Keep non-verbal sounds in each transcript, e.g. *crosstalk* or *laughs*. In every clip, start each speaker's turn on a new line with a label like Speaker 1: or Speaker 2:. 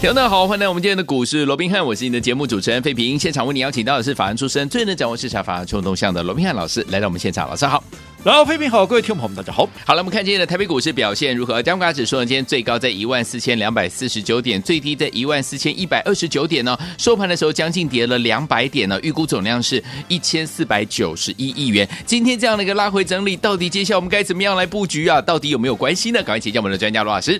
Speaker 1: 听众朋友好，欢迎来我们今天的股市罗宾汉，我是你的节目主持人费平。现场为你邀请到的是法案出身、最能掌握市场法案冲动向的罗宾汉老师，来到我们现场，老师好。
Speaker 2: 然后，飞平好，各位听众朋友们，大家好。
Speaker 1: 好了，我们看今天的台北股市表现如何？加权指数呢，今天最高在14,249点，最低在14,129点呢、收盘的时候将近跌了200点呢、预估总量是1,491亿元。今天这样的一个拉回整理，到底接下来我们该怎么样来布局啊？到底有没有关系呢？赶快请教我们的专家罗老师。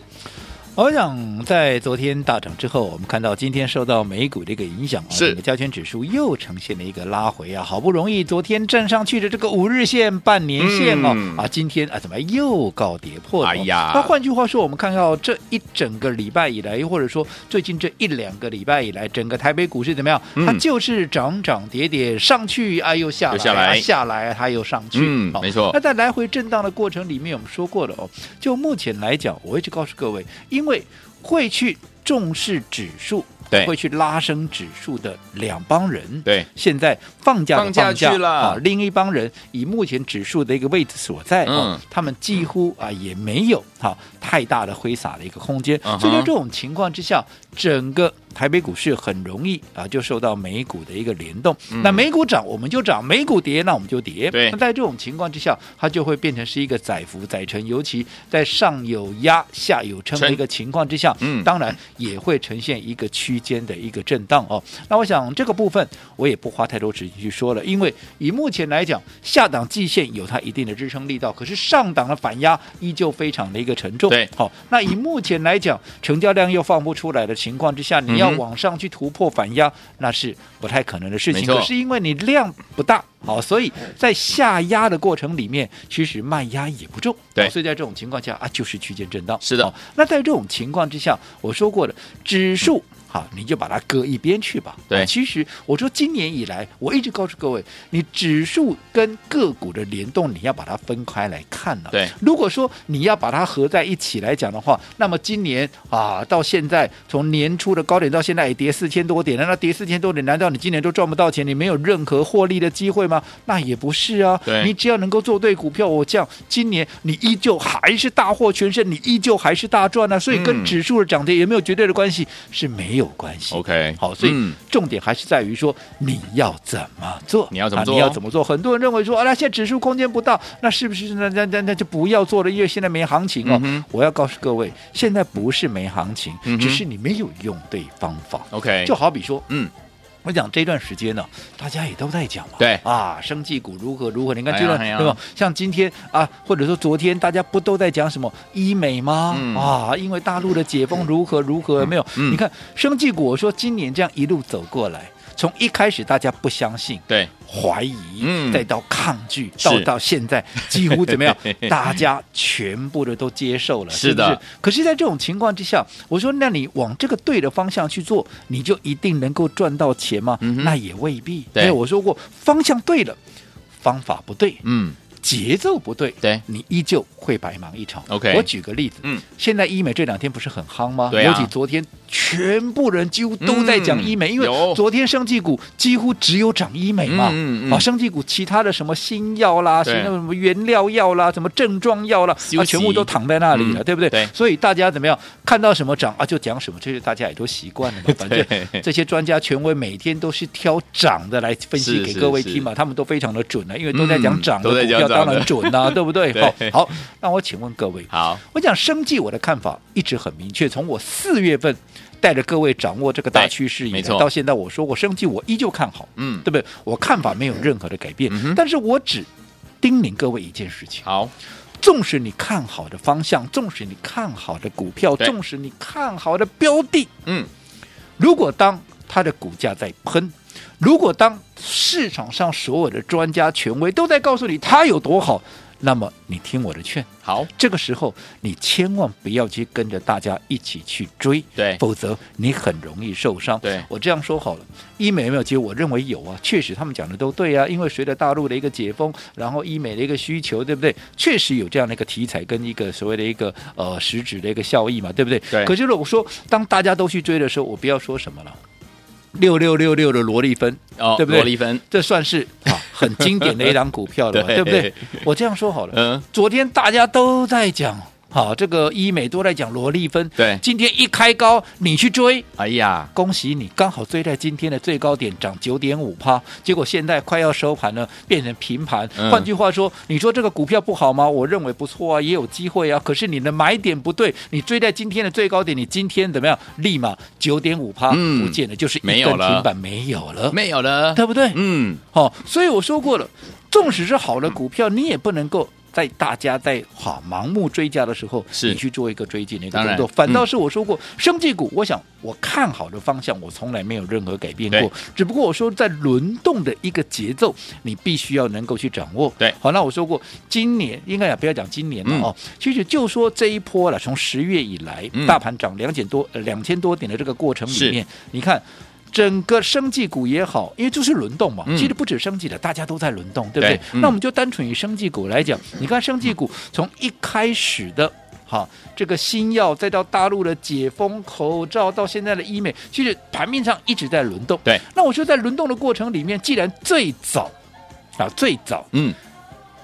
Speaker 2: 我想在昨天大涨之后，我们看到今天受到美股的一个影响啊，
Speaker 1: 是
Speaker 2: 整个加权指数又呈现了一个拉回啊，好不容易昨天站上去的这个五日线、半年线哦，
Speaker 1: 嗯
Speaker 2: 啊，今天啊怎么又告跌破了、
Speaker 1: 哎呀
Speaker 2: 那换句话说，我们看到这一整个礼拜以来，或者说最近这一两个礼拜以来，整个台北股市怎么样？
Speaker 1: 嗯
Speaker 2: 它就是涨涨跌跌，上去啊又下来，
Speaker 1: 又下来
Speaker 2: 啊下来啊它又上去，哦
Speaker 1: 嗯
Speaker 2: 好
Speaker 1: 没错
Speaker 2: 那在来回震荡的过程里面，我们说过了哦，就目前来讲，我一直告诉各位，因为会去重视指数，
Speaker 1: 对
Speaker 2: 会去拉升指数的两帮人，
Speaker 1: 对，
Speaker 2: 现在放假的
Speaker 1: 放假去了
Speaker 2: 啊，另一帮人以目前指数的一个位置所在，
Speaker 1: 嗯
Speaker 2: 哦他们几乎啊也没有好、太大的挥洒的一个空间，
Speaker 1: 嗯哼
Speaker 2: 所以在这种情况之下，整个。台北股市很容易啊，就受到美股的一个联动。
Speaker 1: 嗯
Speaker 2: 那美股涨我们就涨，美股跌那我们就跌。
Speaker 1: 对
Speaker 2: 那在这种情况之下，它就会变成是一个载浮载沉，尤其在上有压下有撑的
Speaker 1: 撑
Speaker 2: 一个情况之下，
Speaker 1: 嗯
Speaker 2: 当然也会呈现一个区间的一个震荡哦。那我想这个部分我也不花太多时间去说了，因为以目前来讲，下档季线有它一定的支撑力道，可是上档的反压依旧非常的一个沉重。
Speaker 1: 对
Speaker 2: 好、那以目前来讲，成交量又放不出来的情况之下，你要
Speaker 1: 嗯哼
Speaker 2: 往上去突破反压，那是不太可能的事
Speaker 1: 没
Speaker 2: 情。
Speaker 1: 错
Speaker 2: 可是因为你量不大，好，所以在下压的过程里面，其实卖压也不重。
Speaker 1: 对
Speaker 2: 好所以在这种情况下啊，就是区间震荡。
Speaker 1: 是的
Speaker 2: 好那在这种情况之下，我说过了，指数。好，你就把它搁一边去吧。
Speaker 1: 对
Speaker 2: 好其实我说今年以来，我一直告诉各位，你指数跟个股的联动，你要把它分开来看啊了、
Speaker 1: 对
Speaker 2: 如果说你要把它合在一起来讲的话，那么今年啊到现在，从年初的高点到现在也跌四千多点了，那跌四千多点，难道你今年都赚不到钱，你没有任何获利的机会吗？那也不是啊
Speaker 1: 对，
Speaker 2: 你只要能够做对股票，我讲今年你依旧还是大获全胜，你依旧还是大赚啊，所以
Speaker 1: 嗯
Speaker 2: 跟指数的涨跌有没有绝对的关系是没有关系。
Speaker 1: OK，
Speaker 2: 好，所以
Speaker 1: 嗯
Speaker 2: 重点还是在于说你要怎么做，
Speaker 1: 你要怎么
Speaker 2: 啊
Speaker 1: 做哦
Speaker 2: 你要怎么做？很多人认为说，啊，那现在指数空间不到，那是不是那那那那就不要做了？因为现在没行情哦。
Speaker 1: 嗯哼
Speaker 2: 我要告诉各位，现在不是没行情，
Speaker 1: 嗯哼
Speaker 2: 只是你没有用对方法。
Speaker 1: OK，
Speaker 2: 就好比说，
Speaker 1: 嗯，
Speaker 2: 我讲这段时间呢，大家也都在讲嘛，
Speaker 1: 对
Speaker 2: 啊，生技股如何如何？你看
Speaker 1: 哎呀
Speaker 2: 这段、
Speaker 1: 哎呀
Speaker 2: 对吧？像今天啊，或者说昨天，大家不都在讲什么医美吗？
Speaker 1: 嗯
Speaker 2: 啊，因为大陆的解封如何如何？有没有？
Speaker 1: 嗯
Speaker 2: 你看生技股，我说今年这样一路走过来，从一开始大家不相信，
Speaker 1: 对，
Speaker 2: 怀疑，
Speaker 1: 嗯
Speaker 2: 再到抗拒，
Speaker 1: 是
Speaker 2: 到到现
Speaker 1: *laughs*
Speaker 2: 在几乎怎么样？大家全部的都接受了，
Speaker 1: 是
Speaker 2: 不
Speaker 1: 的
Speaker 2: 可是，在这种情况之下，我说，那你往这个对的方向去做，你就一定能够赚到钱吗？
Speaker 1: 嗯哼
Speaker 2: 那也未必。
Speaker 1: 对
Speaker 2: 因为我说过，方向对了，方法不对，
Speaker 1: 嗯，
Speaker 2: 节奏不对，
Speaker 1: 对
Speaker 2: 你依旧会白忙一场。
Speaker 1: OK
Speaker 2: 我举个例子，
Speaker 1: 嗯，
Speaker 2: 现在医美这两天不是很夯吗？
Speaker 1: 对啊
Speaker 2: 尤其昨天，全部人几乎都在讲医美，
Speaker 1: 嗯
Speaker 2: 因为
Speaker 1: 有
Speaker 2: 昨天生技股几乎只有涨医美嘛，
Speaker 1: 嗯嗯嗯
Speaker 2: 啊，生技股其他的什么新药啦，
Speaker 1: 对
Speaker 2: 新的什么原料药啦，什么症状药啦
Speaker 1: 休，息
Speaker 2: 啊，全部都躺在那里了，
Speaker 1: 嗯
Speaker 2: 对不对？
Speaker 1: 对
Speaker 2: 所以大家怎么样看到什么涨啊就讲什么，这是大家也都习惯了嘛，反正
Speaker 1: *laughs* 对
Speaker 2: 这些专家权威每天都是挑涨的来分析
Speaker 1: 是
Speaker 2: 给
Speaker 1: 是
Speaker 2: 各位
Speaker 1: 是
Speaker 2: 听嘛，他们都非常的准啊了、因为都在讲
Speaker 1: 嗯
Speaker 2: 涨的
Speaker 1: 都在
Speaker 2: 股
Speaker 1: 讲
Speaker 2: 票，
Speaker 1: 涨
Speaker 2: 当
Speaker 1: 的
Speaker 2: 然
Speaker 1: *laughs*
Speaker 2: 准啦、对不对？
Speaker 1: 对
Speaker 2: 好，好，那我请问各位，
Speaker 1: 好，
Speaker 2: 我讲生计，我的看法一直很明确，从我四月份带着各位掌握这个大
Speaker 1: 对
Speaker 2: 趋势以
Speaker 1: 没
Speaker 2: 来，
Speaker 1: 错
Speaker 2: 到现在我说我生计，我依旧看好，
Speaker 1: 嗯
Speaker 2: 对，不对？我看法没有任何的改变，
Speaker 1: 嗯哼
Speaker 2: 但是我只叮咛各位一件事情。
Speaker 1: 好，
Speaker 2: 纵使你看好的方向，纵使你看好的股票，
Speaker 1: 对
Speaker 2: 纵使你看好的标的，
Speaker 1: 嗯，
Speaker 2: 如果当它的股价在喷，如果当市场上所有的专家权威都在告诉你它有多好，那么你听我的劝，
Speaker 1: 好，
Speaker 2: 这个时候你千万不要去跟着大家一起去追，
Speaker 1: 对
Speaker 2: 否则你很容易受伤。
Speaker 1: 对
Speaker 2: 我这样说好了，医美有没有？其实我认为有啊，确实他们讲的都对啊，因为随着大陆的一个解封，然后医美的一个需求，对不对？确实有这样的一个题材跟一个所谓的一个呃实质的一个效益嘛，对不对？
Speaker 1: 对
Speaker 2: 可是如果说当大家都去追的时候，我不要说什么了。六六六六的萝莉芬，
Speaker 1: 哦，
Speaker 2: 对不对
Speaker 1: 罗丽芬，
Speaker 2: 这算是啊很经典的一档股票了嘛，
Speaker 1: *laughs* 对
Speaker 2: 对不对？我这样说好了，
Speaker 1: 嗯，
Speaker 2: 昨天大家都在讲，好，这个医美都在讲罗丽芬，
Speaker 1: 对
Speaker 2: 今天一开高你去追。
Speaker 1: 哎呀，
Speaker 2: 恭喜你，刚好追在今天的最高点，涨九点五趴，结果现在快要收盘了，变成平盘。
Speaker 1: 嗯
Speaker 2: 换句话说，你说这个股票不好吗？我认为不错啊，也有机会啊。可是你的买点不对，你追在今天的最高点，你今天怎么样？立马九点五趴
Speaker 1: 嗯
Speaker 2: 不见了，就是一
Speaker 1: 没有
Speaker 2: 根
Speaker 1: 了
Speaker 2: 平板没有了，
Speaker 1: 没有了，
Speaker 2: 对不对？
Speaker 1: 嗯，
Speaker 2: 好、所以我说过了，纵使是好的股票，你也不能够。在大家在好盲目追加的时候，
Speaker 1: 是
Speaker 2: 你去做一个追进的一个
Speaker 1: 当然
Speaker 2: 动作，反倒
Speaker 1: 嗯
Speaker 2: 是我说过，生技股，我想我看好的方向，我从来没有任何改变
Speaker 1: 对
Speaker 2: 过。只不过我说在轮动的一个节奏，你必须要能够去掌握。
Speaker 1: 对
Speaker 2: 好，那我说过，今年应该也不要讲今年了、
Speaker 1: 嗯
Speaker 2: 哦，其实就说这一波了，从十月以来，
Speaker 1: 嗯
Speaker 2: 大盘涨两点多、呃两千多点的这个过程
Speaker 1: 是
Speaker 2: 里面，你看。整个生技股也好，因为就是轮动嘛，
Speaker 1: 嗯
Speaker 2: 其实不止生技的，大家都在轮动，对不对？
Speaker 1: 对嗯
Speaker 2: 那我们就单纯以生技股来讲，你看生技股从一开始的。哈，这个新药再到大陆的解封口罩，到现在的医美，其实盘面上一直在轮动。
Speaker 1: 对，
Speaker 2: 那我说在轮动的过程里面，既然最早啊最早
Speaker 1: 嗯，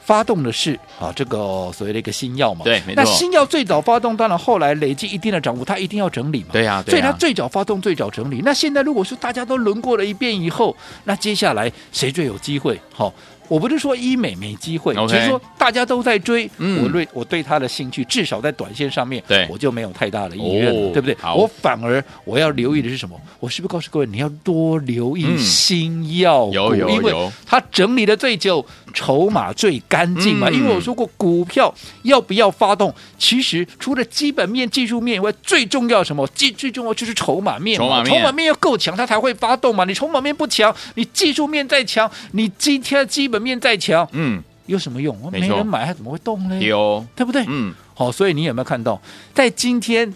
Speaker 2: 发动的是啊这个所谓的一个新药嘛，
Speaker 1: 对没错
Speaker 2: 那新药最早发动，当然后来累积一定的涨幅，它一定要整理嘛，
Speaker 1: 啊对呀，
Speaker 2: 所
Speaker 1: 对
Speaker 2: 以它
Speaker 1: 呀，
Speaker 2: 最早发动，最早整理。那现在如果说大家都轮过了一遍以后，那接下来谁最有机会？好、我不是说医美没机会
Speaker 1: OK
Speaker 2: 只是说大家都在追，
Speaker 1: 嗯
Speaker 2: 我对我对它的兴趣，至少在短线上面，
Speaker 1: 对
Speaker 2: 我就没有太大的意愿了，
Speaker 1: 哦
Speaker 2: 对不对？
Speaker 1: 好
Speaker 2: 我反而我要留意的是什么？我是不是告诉各位，你要多留意
Speaker 1: 嗯
Speaker 2: 新药股，
Speaker 1: 有有
Speaker 2: 因为
Speaker 1: 有
Speaker 2: 它整理的最久，筹码最干净嘛。
Speaker 1: 嗯
Speaker 2: 因为我说过，股票要不要发动，其实除了基本面、技术面以外，最重要什么？最最重要就是筹码面嘛。
Speaker 1: 筹码面
Speaker 2: 筹码面要够强，它才会发动嘛。你筹码面不强，你技术面再强，你今天的基本面再强，
Speaker 1: 嗯，
Speaker 2: 有什么用？
Speaker 1: 没错
Speaker 2: 没人买，它怎么会动呢？
Speaker 1: 有，
Speaker 2: 对不对？
Speaker 1: 嗯，
Speaker 2: 好、所以你有没有看到，在今天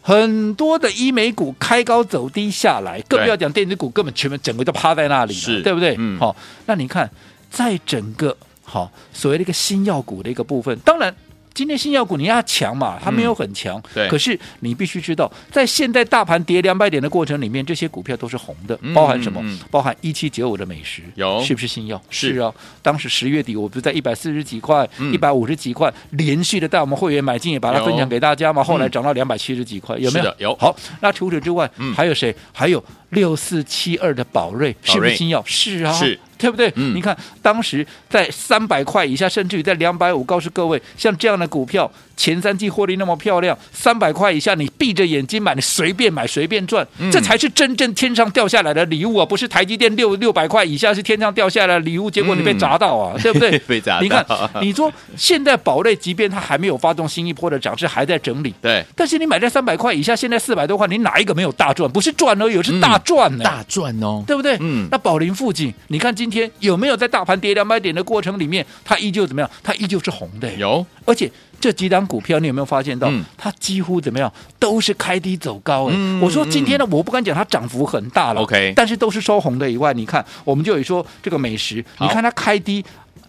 Speaker 2: 很多的医美股开高走低下来，更不要讲电子股，根本全部整个都趴在那里了，
Speaker 1: 是
Speaker 2: 对不对？
Speaker 1: 嗯
Speaker 2: 好、那你看，在整个好、所谓的一个新药股的一个部分，当然。今天新药股你要强嘛，它没有很强，
Speaker 1: 嗯对
Speaker 2: 可是你必须知道，在现在大盘跌两百点的过程里面，这些股票都是红的，
Speaker 1: 嗯
Speaker 2: 包含什么？
Speaker 1: 嗯嗯
Speaker 2: 包含一七九五的美食，
Speaker 1: 有
Speaker 2: 是不是新药？
Speaker 1: 是
Speaker 2: 啊，当时十月底我不是在一百四十几块、
Speaker 1: 嗯
Speaker 2: 一百五十几块，连续的带我们会员买进，也把它
Speaker 1: 有嗯
Speaker 2: 分享给大家嘛。后来涨到两百七十几块，有没有？
Speaker 1: 是的有
Speaker 2: 好，那除此之外，
Speaker 1: 嗯
Speaker 2: 还有谁？还有六四七二的宝瑞，是
Speaker 1: 宝
Speaker 2: 不
Speaker 1: 瑞
Speaker 2: 是新药？是啊，
Speaker 1: 是。
Speaker 2: 对不对？
Speaker 1: 嗯
Speaker 2: 你看当时在三百块以下，甚至于在两百五，告诉各位，像这样的股票，前三季获利那么漂亮，三百块以下，你闭着眼睛买，你随便买随便赚，
Speaker 1: 嗯
Speaker 2: 这才是真正天上掉下来的礼物啊！不是台积电六六百块以下是天上掉下来的礼物，结果你被
Speaker 1: 嗯？
Speaker 2: 砸到啊，对不对
Speaker 1: *laughs* 被砸到
Speaker 2: 你看，你说现在宝瑞，即便它还没有发动新一波的涨势，还在整理，
Speaker 1: 对，
Speaker 2: 但是你买在三百块以下，现在四百多块，你哪一个没有大赚？不是赚而已，
Speaker 1: 嗯
Speaker 2: 是大赚呢、
Speaker 1: 大赚哦，
Speaker 2: 对不对？
Speaker 1: 嗯
Speaker 2: 那宝林附近，你看今天有没有在大盘跌两百点的过程里面，它依旧怎么样？它依旧是红的。，
Speaker 1: 有，
Speaker 2: 而且这几档股票，你有没有发现到，
Speaker 1: 嗯
Speaker 2: 它几乎怎么样，都是开低走高？哎、
Speaker 1: 嗯
Speaker 2: 我说今天呢，我不敢讲它涨幅很大了
Speaker 1: OK
Speaker 2: 但是都是收红的以外，你看，我们就有说这个美食，
Speaker 1: 好
Speaker 2: 你看它开低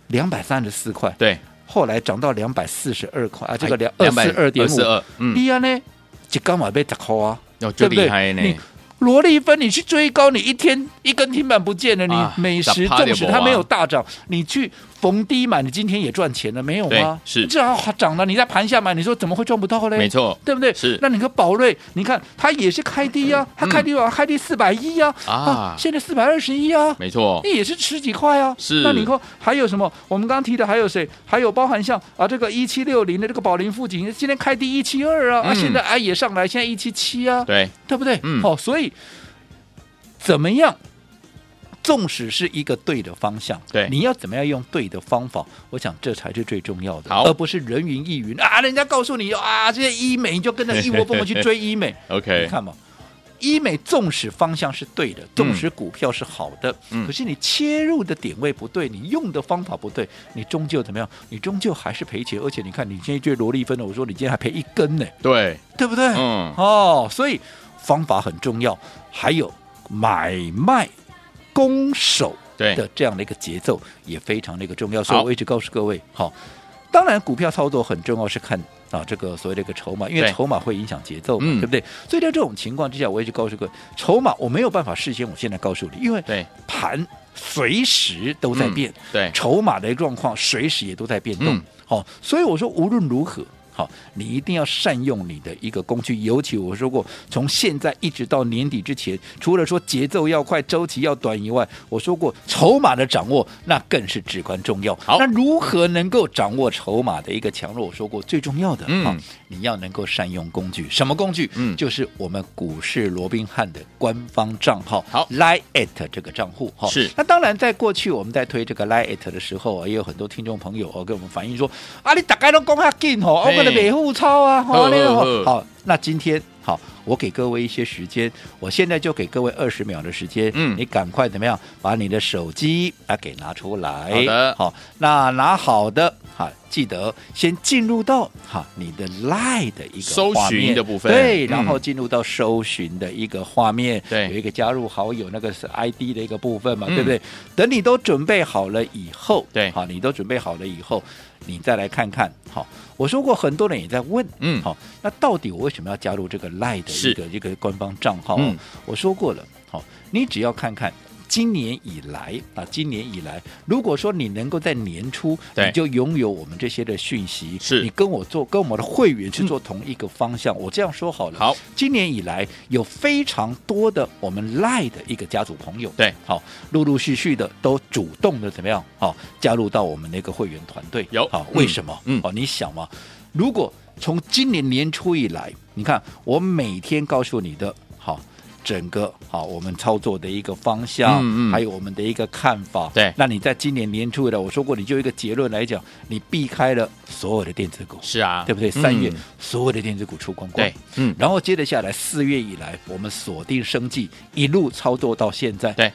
Speaker 2: 两百三十四块，
Speaker 1: 对，
Speaker 2: 后来涨到两百四十二块啊，这个两
Speaker 1: 哎
Speaker 2: 二四二点五，
Speaker 1: 242嗯
Speaker 2: 第二呢，一刚买被砸扣啊。
Speaker 1: 哦，就
Speaker 2: 对不对
Speaker 1: 厉害呢，
Speaker 2: 你罗丽芬，你去追高，你一天一根停板不见了，
Speaker 1: 啊
Speaker 2: 你美食
Speaker 1: 打趴
Speaker 2: 纵使
Speaker 1: 点
Speaker 2: 它
Speaker 1: 不啊
Speaker 2: 没有大涨，你去逢低买，你今天也赚钱了，没有吗？
Speaker 1: 对是
Speaker 2: 至少涨了，你在盘下买，你说怎么会赚不到嘞？
Speaker 1: 没错，
Speaker 2: 对不对？
Speaker 1: 是嗯
Speaker 2: 那你看宝瑞，你看它也是开低啊，它开低啊，开低四百一啊，
Speaker 1: 啊
Speaker 2: 现在四百二十一啊，
Speaker 1: 没错
Speaker 2: 那，也是十几块啊。
Speaker 1: 是
Speaker 2: 那你看还有什么？我们刚刚提的还有谁？还有包含像啊这个一七六零的这个宝林附近，今天开低一七二啊，啊
Speaker 1: 嗯
Speaker 2: 现在哎也上来，现在一七七啊，
Speaker 1: 对，
Speaker 2: 对不对？
Speaker 1: 嗯
Speaker 2: 好、所以怎么样？纵使是一个对的方向，
Speaker 1: 对
Speaker 2: 你要怎么样用对的方法，我想这才是最重要的，
Speaker 1: 好
Speaker 2: 而不是人云亦
Speaker 1: *laughs*
Speaker 2: 云啊！人家告诉你啊，这些医美你就跟着一窝蜂的去追医美
Speaker 1: OK
Speaker 2: 你看嘛，医美纵使方向是对的，纵使股票是好的，
Speaker 1: 嗯
Speaker 2: 可是你切入的点位不对，你用的方法不对，你终究怎么样？你终究还是赔钱。而且你看，你今天追罗丽芬的，我说你今天还赔一根呢，
Speaker 1: 对，
Speaker 2: 对不对？
Speaker 1: 嗯
Speaker 2: 哦，所以方法很重要，还有买卖攻守
Speaker 1: 对嗯
Speaker 2: 的这样的一个节奏也非常的一个重要。所以
Speaker 1: 好
Speaker 2: 我一直告诉各位，好、当然股票操作很重要，是看。啊，这个所谓的一个筹码，因为
Speaker 1: 对
Speaker 2: 筹码会影响节奏嘛，
Speaker 1: 嗯
Speaker 2: 对不对？所以在这种情况之下，我一直告诉各位，筹码我没有办法事先，我现在告诉你，因为
Speaker 1: 对
Speaker 2: 盘随时都
Speaker 1: 都
Speaker 2: 在变，
Speaker 1: 对，
Speaker 2: 筹码的状况随时也都在变动
Speaker 1: 嗯。
Speaker 2: 好、所以我说无论如何。好，你一定要善用你的一个工具，尤其我说过，从现在一直到年底之前，除了说节奏要快、周期要短以外，我说过筹码的掌握那更是至关重要。
Speaker 1: 好
Speaker 2: 那如何能够掌握筹码的一个强弱？我说过最重要的，
Speaker 1: 嗯
Speaker 2: 啊你要能够善用工具，什么工具？
Speaker 1: 嗯
Speaker 2: 就是我们股市罗宾汉的官方账号，
Speaker 1: 好
Speaker 2: ，Line at 这个账户，哈
Speaker 1: 是
Speaker 2: 那当然，在过去我们在推这个 Lite 的时候啊，也有很多听众朋友哦跟我们反映说，啊，你大概都讲下紧哦，我
Speaker 1: 嘿
Speaker 2: 们的美护超啊，
Speaker 1: 好
Speaker 2: 哦，那个
Speaker 1: 好
Speaker 2: 哦
Speaker 1: 好
Speaker 2: 好，那今天好，我给各位一些时间，我现在就给各位二十秒的时间，
Speaker 1: 嗯
Speaker 2: 你赶快怎么样，把你的手机啊给拿出来，
Speaker 1: 好的
Speaker 2: 好，那拿好的。好，记得先进入到哈你的 Line 的一个
Speaker 1: 搜
Speaker 2: 画
Speaker 1: 寻
Speaker 2: 面
Speaker 1: 的部分
Speaker 2: 对，
Speaker 1: 嗯
Speaker 2: 然后进入到搜寻的一个画面，
Speaker 1: 对
Speaker 2: 有一个加入好友那个是 ID 的一个部分嘛，
Speaker 1: 嗯
Speaker 2: 对不对？等你都准备好了以后，
Speaker 1: 对
Speaker 2: 好，你都准备好了以后，你再来看看。好，我说过，很多人也在问，
Speaker 1: 嗯
Speaker 2: 好，那到底我为什么要加入这个 Line 的
Speaker 1: 是
Speaker 2: 一个一个官方账号、
Speaker 1: 嗯
Speaker 2: 我说过了，好，你只要看看。今年以来啊，今年以来，如果说你能够在年初，
Speaker 1: 对
Speaker 2: 你就拥有我们这些的讯息，
Speaker 1: 是
Speaker 2: 你跟我做跟我们的会员去做同一个方向。我这样说好了，
Speaker 1: 嗯好，
Speaker 2: 今年以来有非常多的我们赖的一个家族朋友，
Speaker 1: 对，
Speaker 2: 好，陆陆续续的都主动的怎么样，好，加入到我们那个会员团队，
Speaker 1: 有
Speaker 2: 好，
Speaker 1: 嗯
Speaker 2: 为什么？
Speaker 1: 嗯
Speaker 2: 好，你想嘛，如果从今年年初以来，你看我每天告诉你的，好。整个好，我们操作的一个方向，
Speaker 1: 嗯嗯
Speaker 2: 还有我们的一个看法，
Speaker 1: 对
Speaker 2: 那你在今年年初以来，我说过，你就一个结论来讲，你避开了所有的电子股，
Speaker 1: 是啊，
Speaker 2: 对不对？
Speaker 1: 嗯
Speaker 2: 三月、所有的电子股出光光，
Speaker 1: 对，嗯，
Speaker 2: 然后接着下来，四月以来，我们锁定生计，一路操作到现在。
Speaker 1: 对，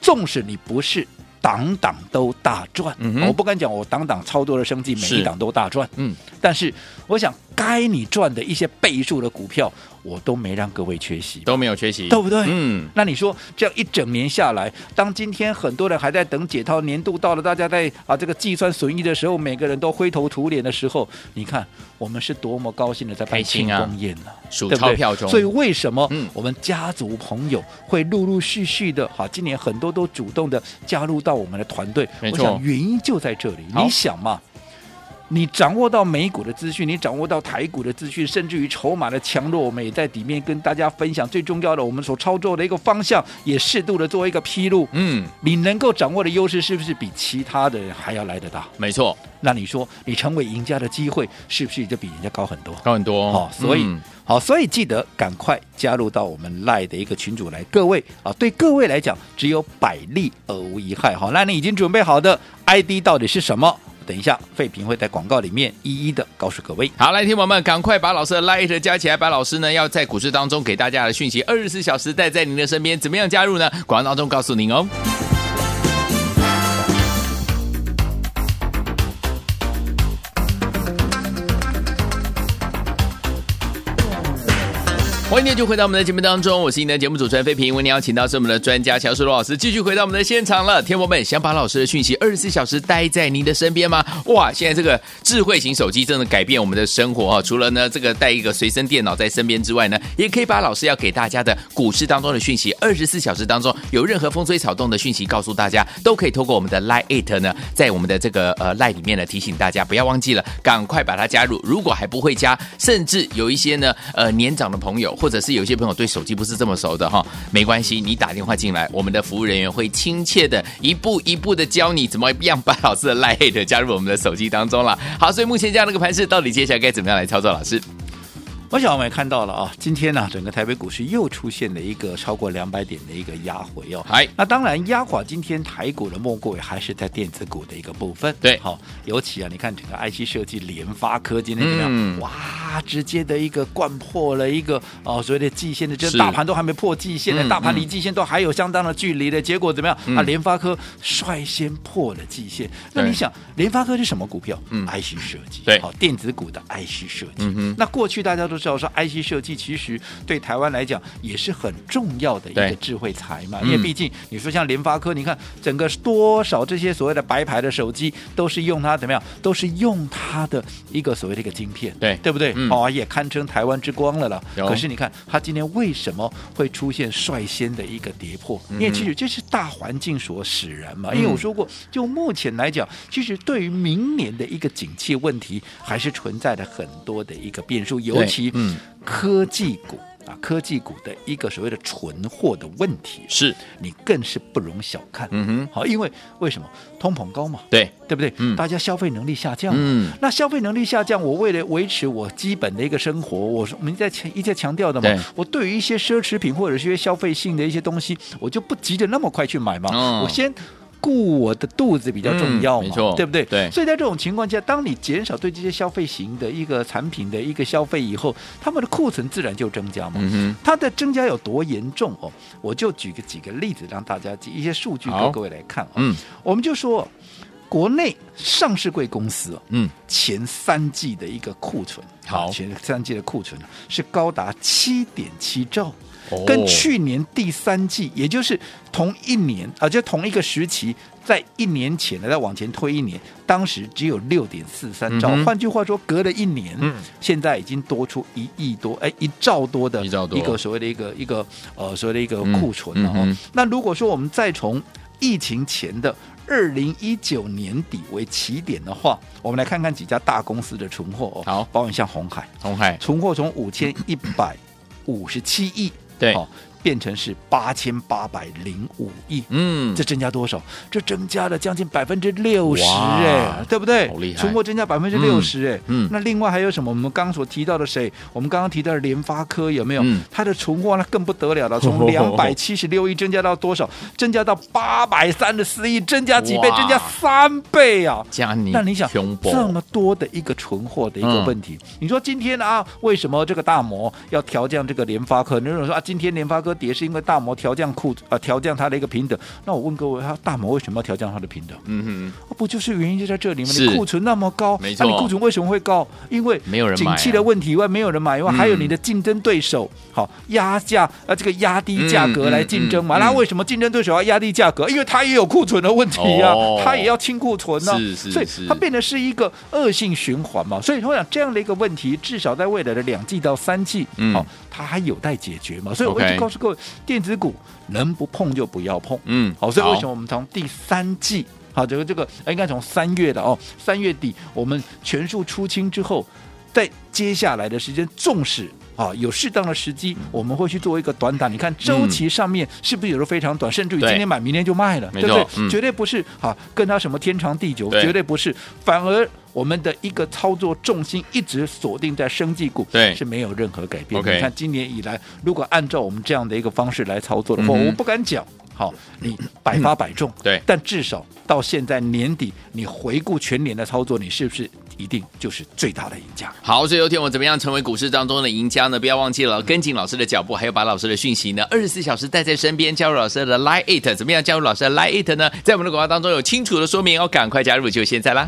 Speaker 2: 纵使你不是档档都大赚，
Speaker 1: 嗯哼
Speaker 2: 我不敢讲我档档操作的生计每
Speaker 1: 是
Speaker 2: 一档都大赚，
Speaker 1: 嗯，
Speaker 2: 但是我想该你赚的一些倍数的股票，我都没让各位缺席。
Speaker 1: 都没有缺席，
Speaker 2: 对不对
Speaker 1: 嗯，
Speaker 2: 那你说这样一整年下来，当今天很多人还在等解套，年度到了，大家在啊这个计算损益的时候，每个人都灰头土脸的时候，你看我们是多么高兴的在办
Speaker 1: 开
Speaker 2: 庆
Speaker 1: 心啊
Speaker 2: 功宴呢、
Speaker 1: 数
Speaker 2: 对不对
Speaker 1: 钞票中，
Speaker 2: 所以为什么
Speaker 1: 嗯
Speaker 2: 我们家族朋友会陆陆续续的哈、今年很多都主动的加入到我们的团队，
Speaker 1: 没
Speaker 2: 我
Speaker 1: 错
Speaker 2: 想原因就在这里。
Speaker 1: 好
Speaker 2: 你想嘛，你掌握到美股的资讯，你掌握到台股的资讯，甚至于筹码的强弱，我们也在里面跟大家分享。最重要的，我们所操作的一个方向，也适度的做一个披露。
Speaker 1: 嗯，
Speaker 2: 你能够掌握的优势，是不是比其他的人还要来得大？
Speaker 1: 没错，
Speaker 2: 那你说，你成为赢家的机会，是不是就比人家高很多？
Speaker 1: 高很多
Speaker 2: 哦，所以、
Speaker 1: 嗯
Speaker 2: 好，所以记得赶快加入到我们赖的一个群组来，各位啊，对各位来讲，只有百利而无一害。好，那你已经准备好的 ID 到底是什么？等一下，费平会在广告里面一一的告诉各位。
Speaker 1: 好，来，听友们，赶快把老师的 Light 加起来。把老师呢，要在股市当中给大家的讯息，二十四小时带在您的身边。怎么样加入呢？广告当中告诉您哦。欢迎继续回到我们的节目当中，我是您的节目主持人费平。为您邀请到是我们的专家乔世罗老师，继续回到我们的现场了。天友们，想把老师的讯息二十四小时待在您的身边吗？哇，现在这个智慧型手机真的改变我们的生活啊！除了呢这个带一个随身电脑在身边之外呢，也可以把老师要给大家的股市当中的讯息，二十四小时当中有任何风吹草动的讯息告诉大家，都可以透过我们的 Line It 呢，在我们的这个呃 Line 里面呢提醒大家不要忘记了，赶快把它加入。如果还不会加，甚至有一些呢呃年长的朋友，或者是有一些朋友对手机不是这么熟的哈，没关系，你打电话进来，我们的服务人员会亲切的一步一步的教你怎么样把老师的 Line It 加入我们的手机当中了。好，所以目前这样的一个盘势，到底接下来该怎么样来操作？老师，
Speaker 2: 我想我们也看到了啊，今天呢、整个台北股市又出现了一个超过两百点的一个压回哦。
Speaker 1: 嗨，
Speaker 2: 那当然，压垮今天台股的莫过于还是在电子股的一个部分。
Speaker 1: 对
Speaker 2: 好、尤其啊，你看整个 IC 设计，联发科今天怎么样？
Speaker 1: 嗯
Speaker 2: 哇，它直接的一个灌破了一个哦所谓的季线的，这
Speaker 1: 是
Speaker 2: 大盘都还没破季线
Speaker 1: 嗯
Speaker 2: 呢，大盘
Speaker 1: 嗯
Speaker 2: 离季线都还有相当的距离的，结果怎么样
Speaker 1: 嗯
Speaker 2: 啊？联发科率先破了季线，那
Speaker 1: 对
Speaker 2: 你想联发科是什么股票？
Speaker 1: 嗯
Speaker 2: i c 设计，
Speaker 1: 对
Speaker 2: 好电子股的 IC 设计
Speaker 1: 嗯哼。
Speaker 2: 那过去大家都知道说 IC 设计其实对台湾来讲也是很重要的一个
Speaker 1: 对
Speaker 2: 智慧财嘛，
Speaker 1: 嗯
Speaker 2: 因为毕竟你说像联发科，你看整个多少这些所谓的白牌的手机都是用它怎么样，都是用它的一个所谓的一个晶片，
Speaker 1: 对
Speaker 2: 对不对？
Speaker 1: 嗯
Speaker 2: 哦，也堪称台湾之光了啦。
Speaker 1: 有
Speaker 2: 可是你看它今天为什么会出现率先的一个跌破？
Speaker 1: 嗯
Speaker 2: 因为其实这是大环境所使然嘛。因为我说过，就目前来讲，其实对于明年的一个景气问题，还是存在着很多的一个变数，尤
Speaker 1: 对
Speaker 2: 其
Speaker 1: 嗯
Speaker 2: 科技股。啊，科技股的一个所谓的存货的问题，
Speaker 1: 是，
Speaker 2: 你更是不容小看。
Speaker 1: 嗯哼，
Speaker 2: 好，因为为什么通膨高嘛，
Speaker 1: 对，
Speaker 2: 对不对？
Speaker 1: 嗯
Speaker 2: 大家消费能力下降嘛，
Speaker 1: 嗯，
Speaker 2: 那消费能力下降，我为了维持我基本的一个生活，我说我们在强一再强调的嘛
Speaker 1: 对，
Speaker 2: 我对于一些奢侈品或者是一些消费性的一些东西，我就不急着那么快去买嘛，
Speaker 1: 哦
Speaker 2: 我先。顾我的肚子比较重要
Speaker 1: 嗯没
Speaker 2: 嘛，
Speaker 1: 错
Speaker 2: 对不对？
Speaker 1: 对
Speaker 2: 所以在这种情况下，当你减少对这些消费型的一个产品的一个消费以后，他们的库存自然就增加嘛。
Speaker 1: 嗯哼，
Speaker 2: 它的增加有多严重哦？我就举个几个例子让大家记一些数据
Speaker 1: 好
Speaker 2: 给各位来看哦。
Speaker 1: 嗯
Speaker 2: 我们就说国内上市贵公司哦，
Speaker 1: 嗯，
Speaker 2: 前三季的一个库存，啊
Speaker 1: 好
Speaker 2: 前三季的库存是高达七点七兆。
Speaker 1: 哦
Speaker 2: 跟去年第三季，也就是同一年啊，就同一个时期，在一年前的，再往前推一年，当时只有六点四三兆
Speaker 1: 嗯。哼
Speaker 2: 换句话说，隔了一年，
Speaker 1: 嗯
Speaker 2: 现在已经多出一亿多，哎，一兆多的
Speaker 1: 一兆多
Speaker 2: 一个所谓的一个一个呃所谓的一个
Speaker 1: 嗯
Speaker 2: 库存了哦。
Speaker 1: 嗯哼
Speaker 2: 那如果说我们再从疫情前的二零一九年底为起点的话，我们来看看几家大公司的存货哦。
Speaker 1: 好
Speaker 2: 包括像红海，
Speaker 1: 红海，
Speaker 2: 存货从五千一百五十七亿
Speaker 1: 对
Speaker 2: 哦，变成是八千八百零五亿。
Speaker 1: 嗯，
Speaker 2: 这增加多少？这增加了将近百分之六十，
Speaker 1: 哇
Speaker 2: 哎，对不对？
Speaker 1: 好厉害
Speaker 2: 存货增加百分之六十，哎，
Speaker 1: 嗯
Speaker 2: 那另外还有什么？我们刚所提到的谁？我们刚刚提到的联发科有没有？
Speaker 1: 嗯
Speaker 2: 它的存货那更不
Speaker 1: *laughs*
Speaker 2: 得了了，从两百七十六亿增加到多少？增加到八百三十四亿，增加几倍？
Speaker 1: 哇
Speaker 2: 增加三倍啊！
Speaker 1: 加你，
Speaker 2: 那你想
Speaker 1: 熊博嗯
Speaker 2: 这么多的一个存货的一个问题，你说今天啊，为什么这个大摩要调降这个联发科？很多人说啊，今天联发科跌是因为大摩调降库啊调降它的一个平等。那我问各位，他大摩为什么要调降它的平等？
Speaker 1: 嗯哼，
Speaker 2: 啊不就是原因就在这里吗？
Speaker 1: 是
Speaker 2: 你库存那么高，啊
Speaker 1: 没错
Speaker 2: 那你库存为什么会高？因为
Speaker 1: 没有人买啊
Speaker 2: 景气的问题以外，没有人买以外，
Speaker 1: 嗯
Speaker 2: 还有你的竞争对手好压价啊，这个压低价格
Speaker 1: 嗯
Speaker 2: 来竞争嘛。
Speaker 1: 嗯嗯
Speaker 2: 那为什么竞争对手要压低价格？因为他也有库存的问题呀
Speaker 1: 哦，
Speaker 2: 他也要清库存呢
Speaker 1: 是是，
Speaker 2: 所以
Speaker 1: 是
Speaker 2: 它变得是一个恶性循环嘛。所以我想这样的一个问题，至少在未来的两季到三季，
Speaker 1: 嗯
Speaker 2: 好，它还有待解决嘛。所以我一
Speaker 1: OK
Speaker 2: 直告诉各位，电子股能不碰就不要碰。
Speaker 1: 嗯，
Speaker 2: 好，所以为什么我们从第三季，好，这个这个呃应该从三月的哦，三月底我们全数出清之后，在接下来的时间，纵使啊有适当的时机，我们会去做一个短打。你看周期上面是不是有的非常短，甚至于
Speaker 1: 嗯对
Speaker 2: 今天买明天就卖了，
Speaker 1: 没
Speaker 2: 对不对
Speaker 1: 错？嗯
Speaker 2: 绝对不是啊，跟它什么天长地久，
Speaker 1: 对
Speaker 2: 绝对不是，反而。我们的一个操作重心一直锁定在生技股，
Speaker 1: 对
Speaker 2: 是没有任何改变的。
Speaker 1: OK
Speaker 2: 你看今年以来，如果按照我们这样的一个方式来操作的话，
Speaker 1: 嗯哼
Speaker 2: 我不敢讲，好，你百发百中，
Speaker 1: 对
Speaker 2: 但至少到现在年底，你回顾全年的操作，你是不是一定就是最大的赢家？
Speaker 1: 好，所以有天我怎么样成为股市当中的赢家呢？不要忘记了跟紧老师的脚步，还有把老师的讯息呢，二十四小时带在身边。加入老师的 Line It，怎么样加入老师的 Line It 呢？在我们的广告当中有清楚的说明哦，赶快加入，就现在啦！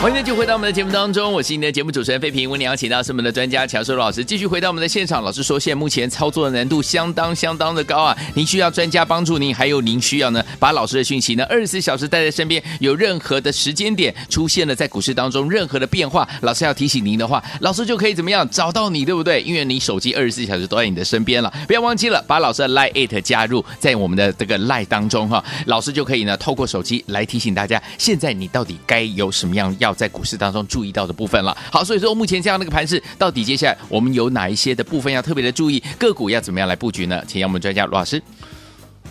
Speaker 1: 欢迎继续回到我们的节目当中，我是您的节目主持人费平。为您邀请到是我们的专家乔硕老师，继续回到我们的现场。老师说，现在目前操作的难度相当相当的高啊，您需要专家帮助您，还有您需要呢把老师的讯息呢二十四小时带在身边，有任何的时间点出现了在股市当中任何的变化，老师要提醒您的话，老师就可以怎么样找到你，对不对？因为你手机二十四小时都在你的身边了，不要忘记了把老师的 Line It 加入在我们的这个 Line 当中哈，老师就可以呢透过手机来提醒大家，现在你到底该有什么样要在股市当中注意到的部分了。好，所以说目前这样的一个盘势，到底接下来我们有哪一些的部分要特别的注意，个股要怎么样来布局呢？请让我们专家罗老师。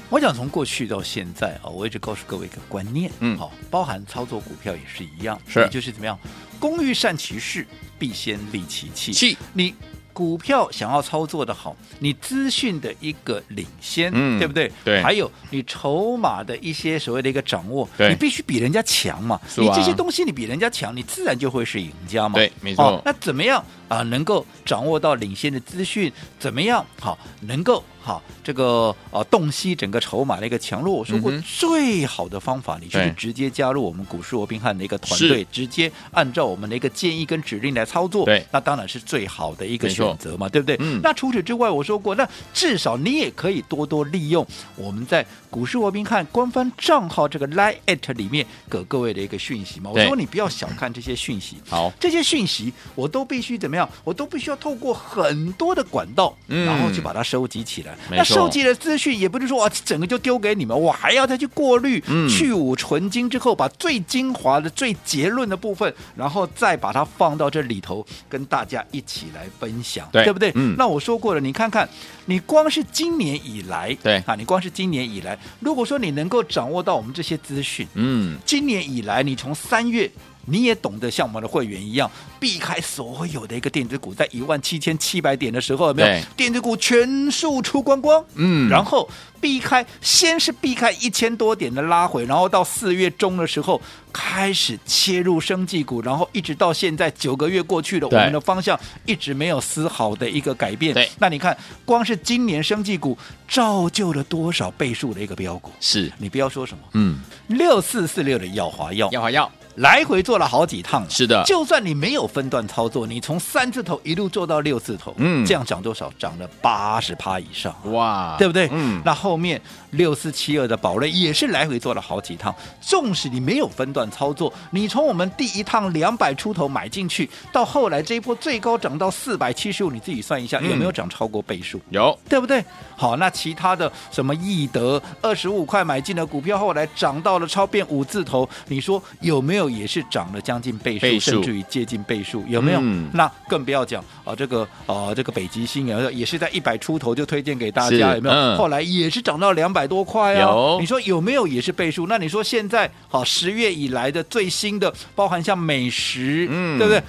Speaker 2: 我想从过去到现在啊，我一直告诉各位一个观念，
Speaker 1: 嗯
Speaker 2: 好，包含操作股票也是一样，
Speaker 1: 是
Speaker 2: 也就是怎么样，工欲善其事，必先利其器。
Speaker 1: 器
Speaker 2: 你股票想要操作的好，你资讯的一个领先，
Speaker 1: 嗯
Speaker 2: 对不对？
Speaker 1: 对
Speaker 2: 还有你筹码的一些所谓的一个掌握，
Speaker 1: 对
Speaker 2: 你必须比人家强嘛。
Speaker 1: 是
Speaker 2: 你
Speaker 1: 啊
Speaker 2: 这些东西你比人家强，你自然就会是赢家嘛。
Speaker 1: 对没错
Speaker 2: 哦那怎么样啊、能够掌握到领先的资讯？怎么样好能够好这个呃洞悉整个筹码的一个强弱？我说过
Speaker 1: 嗯哼
Speaker 2: 最好的方法，你就是
Speaker 1: 对
Speaker 2: 直接加入我们股市罗宾汉的一个团
Speaker 1: 是
Speaker 2: 队，直接按照我们的一个建议跟指令来操作。
Speaker 1: 对
Speaker 2: 那当然是最好的一个
Speaker 1: 没错
Speaker 2: 选择嘛，对不对？
Speaker 1: 嗯
Speaker 2: 那除此之外，我说过，那至少你也可以多多利用我们在股市罗宾汉官方账号这个 Line at 里面给各位的一个讯息嘛。我
Speaker 1: 对
Speaker 2: 说你不要小看这些讯息，
Speaker 1: 好，
Speaker 2: 这些讯息我都必须怎么样？我都必须要透过很多的管道，
Speaker 1: 嗯
Speaker 2: 然后去把它收集起来。
Speaker 1: 没错
Speaker 2: 那收集的资讯也不是说啊，整个就丢给你们，我还要再去过滤、
Speaker 1: 嗯
Speaker 2: 去五纯金之后，把最精华的、最结论的部分，然后再把它放到这里头，跟大家一起来分享，
Speaker 1: 对
Speaker 2: 不对？
Speaker 1: 嗯
Speaker 2: 那我说过了，你看看，你光是今年以来，
Speaker 1: 对
Speaker 2: 啊，你光是今年以来，如果说你能够掌握到我们这些资讯，
Speaker 1: 嗯，
Speaker 2: 今年以来，你从三月。你也懂得像我们的会员一样，避开所有的一个电子股，在一万七千七百点的时候，有没
Speaker 1: 对
Speaker 2: 有电子股全数出光光？
Speaker 1: 嗯
Speaker 2: 然后避开，先是避开一千多点的拉回，然后到四月中的时候开始切入生技股，然后一直到现在九个月过去了，我
Speaker 1: 对
Speaker 2: 们的方向一直没有丝毫的一个改变
Speaker 1: 对。
Speaker 2: 那你看，光是今年生技股造就了多少倍数的一个标股？
Speaker 1: 是，
Speaker 2: 你不要说什么。
Speaker 1: 嗯，
Speaker 2: 六四四六的耀华药
Speaker 1: 要还要，
Speaker 2: 来回做了好几趟了，
Speaker 1: 是的
Speaker 2: 就算你没有分段操作，你从三字头一路做到六字头，
Speaker 1: 嗯
Speaker 2: 这样涨多少？涨了八十趴以上。
Speaker 1: 哇，
Speaker 2: 对不对？
Speaker 1: 嗯，
Speaker 2: 那后面六四七二的宝瑞也是来回做了好几趟。纵使你没有分段操作，你从我们第一趟两百出头买进去，到后来这一波最高涨到四百七十五，你自己算一下、
Speaker 1: 嗯
Speaker 2: 有没有涨超过倍数？
Speaker 1: 有，
Speaker 2: 对不对？好，那其他的什么易德二十五块买进的股票，后来涨到了超变五字头，你说有没有也是涨了将近倍数，
Speaker 1: 倍数
Speaker 2: 甚至于接近倍数？有没有？
Speaker 1: 嗯
Speaker 2: 那更不要讲啊、这个啊、这个北极星有没有也是在一百出头就推荐给大
Speaker 1: 是
Speaker 2: 家，有没有？
Speaker 1: 嗯
Speaker 2: 后来也是涨到两百多块啊。
Speaker 1: 有
Speaker 2: 你说有没有也是倍数？那你说现在好十、月以来的最新的，包含像美食，
Speaker 1: 嗯
Speaker 2: 对不对？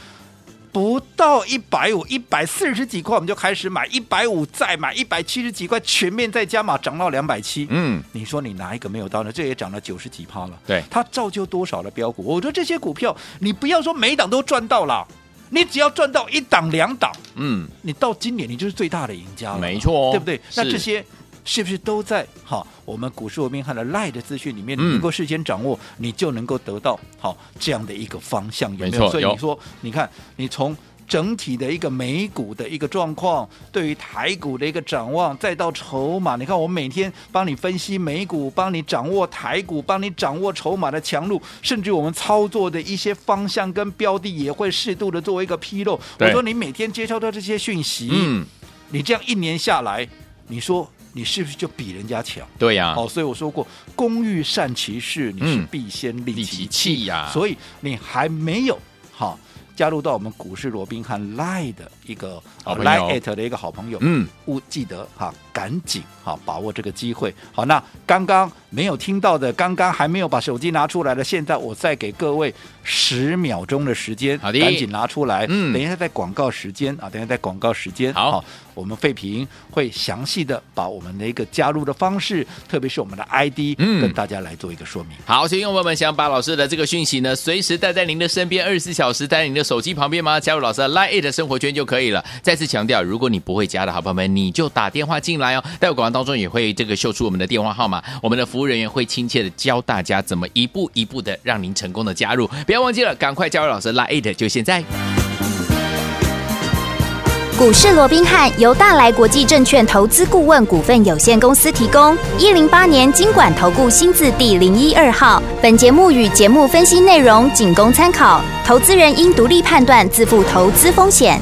Speaker 2: 不到一百五，一百四十几块我们就开始买，一百五再买，一百七十几块全面再加码，涨到两百七。
Speaker 1: 嗯，
Speaker 2: 你说你哪一个没有到呢？这也涨了九十几趴了。
Speaker 1: 对
Speaker 2: 它造就多少的标股？我说这些股票，你不要说每一档都赚到了，你只要赚到一档两档，
Speaker 1: 嗯，
Speaker 2: 你到今年你就是最大的赢家了。
Speaker 1: 没错哦
Speaker 2: 对不对？那
Speaker 1: 是
Speaker 2: 这些是不是都在哈我们股市罗宾汉的赖的资讯里面，
Speaker 1: 嗯
Speaker 2: 你能够事先掌握，你就能够得到好这样的一个方向，有
Speaker 1: 没
Speaker 2: 没
Speaker 1: 错
Speaker 2: 有？所以
Speaker 1: 有
Speaker 2: 你说，你看，你从。整体的一个美股的一个状况，对于台股的一个展望，再到筹码，你看我每天帮你分析美股，帮你掌握台股，帮你掌握筹码的强弱，甚至我们操作的一些方向跟标的也会适度的作为一个披露。我
Speaker 1: 对
Speaker 2: 说你每天接收到这些讯息，
Speaker 1: 嗯，
Speaker 2: 你这样一年下来，你说你是不是就比人家强？
Speaker 1: 对呀，
Speaker 2: 哦，所以我说过，工欲善其事，你是
Speaker 1: 啊嗯
Speaker 2: 必先利
Speaker 1: 利
Speaker 2: 其
Speaker 1: 其
Speaker 2: 器。
Speaker 1: 器呀，
Speaker 2: 所以你还没有哈、加入到我们股市罗宾汉 Line 的一个呃
Speaker 1: 好朋友
Speaker 2: Line at 的一个好朋友，
Speaker 1: 嗯，
Speaker 2: 务记得哈、赶紧哈、把握这个机会。好，那刚刚没有听到的，刚刚还没有把手机拿出来的，现在我再给各位十秒钟的时间，
Speaker 1: 好的
Speaker 2: 赶紧拿出来。
Speaker 1: 嗯
Speaker 2: 等一下在广告时间啊，等一下在广告时间，
Speaker 1: 好
Speaker 2: 我们费平会详细的把我们的一个加入的方式，特别是我们的 ID，
Speaker 1: 嗯
Speaker 2: 跟大家来做一个说明。
Speaker 1: 好，所以用友们想把老师的这个讯息呢，随时带在您的身边，二十四小时带在您的手机旁边吗？加入老师的 Line 的生活圈就可以了。再次强调，如果你不会加的好朋友们，你就打电话进来哦。待会广告当中也会这个秀出我们的电话号码，我们的服务人员会亲切的教大家怎么一步一步的让您成功的加入。不要忘记了，赶快加入老师的 Line，就现在。
Speaker 3: 股市罗宾汉由大来国际证券投资顾问股份有限公司提供。一零八年经管投顾新字第零一二号。本节目与节目分析内容仅供参考，投资人应独立判断，自负投资风险。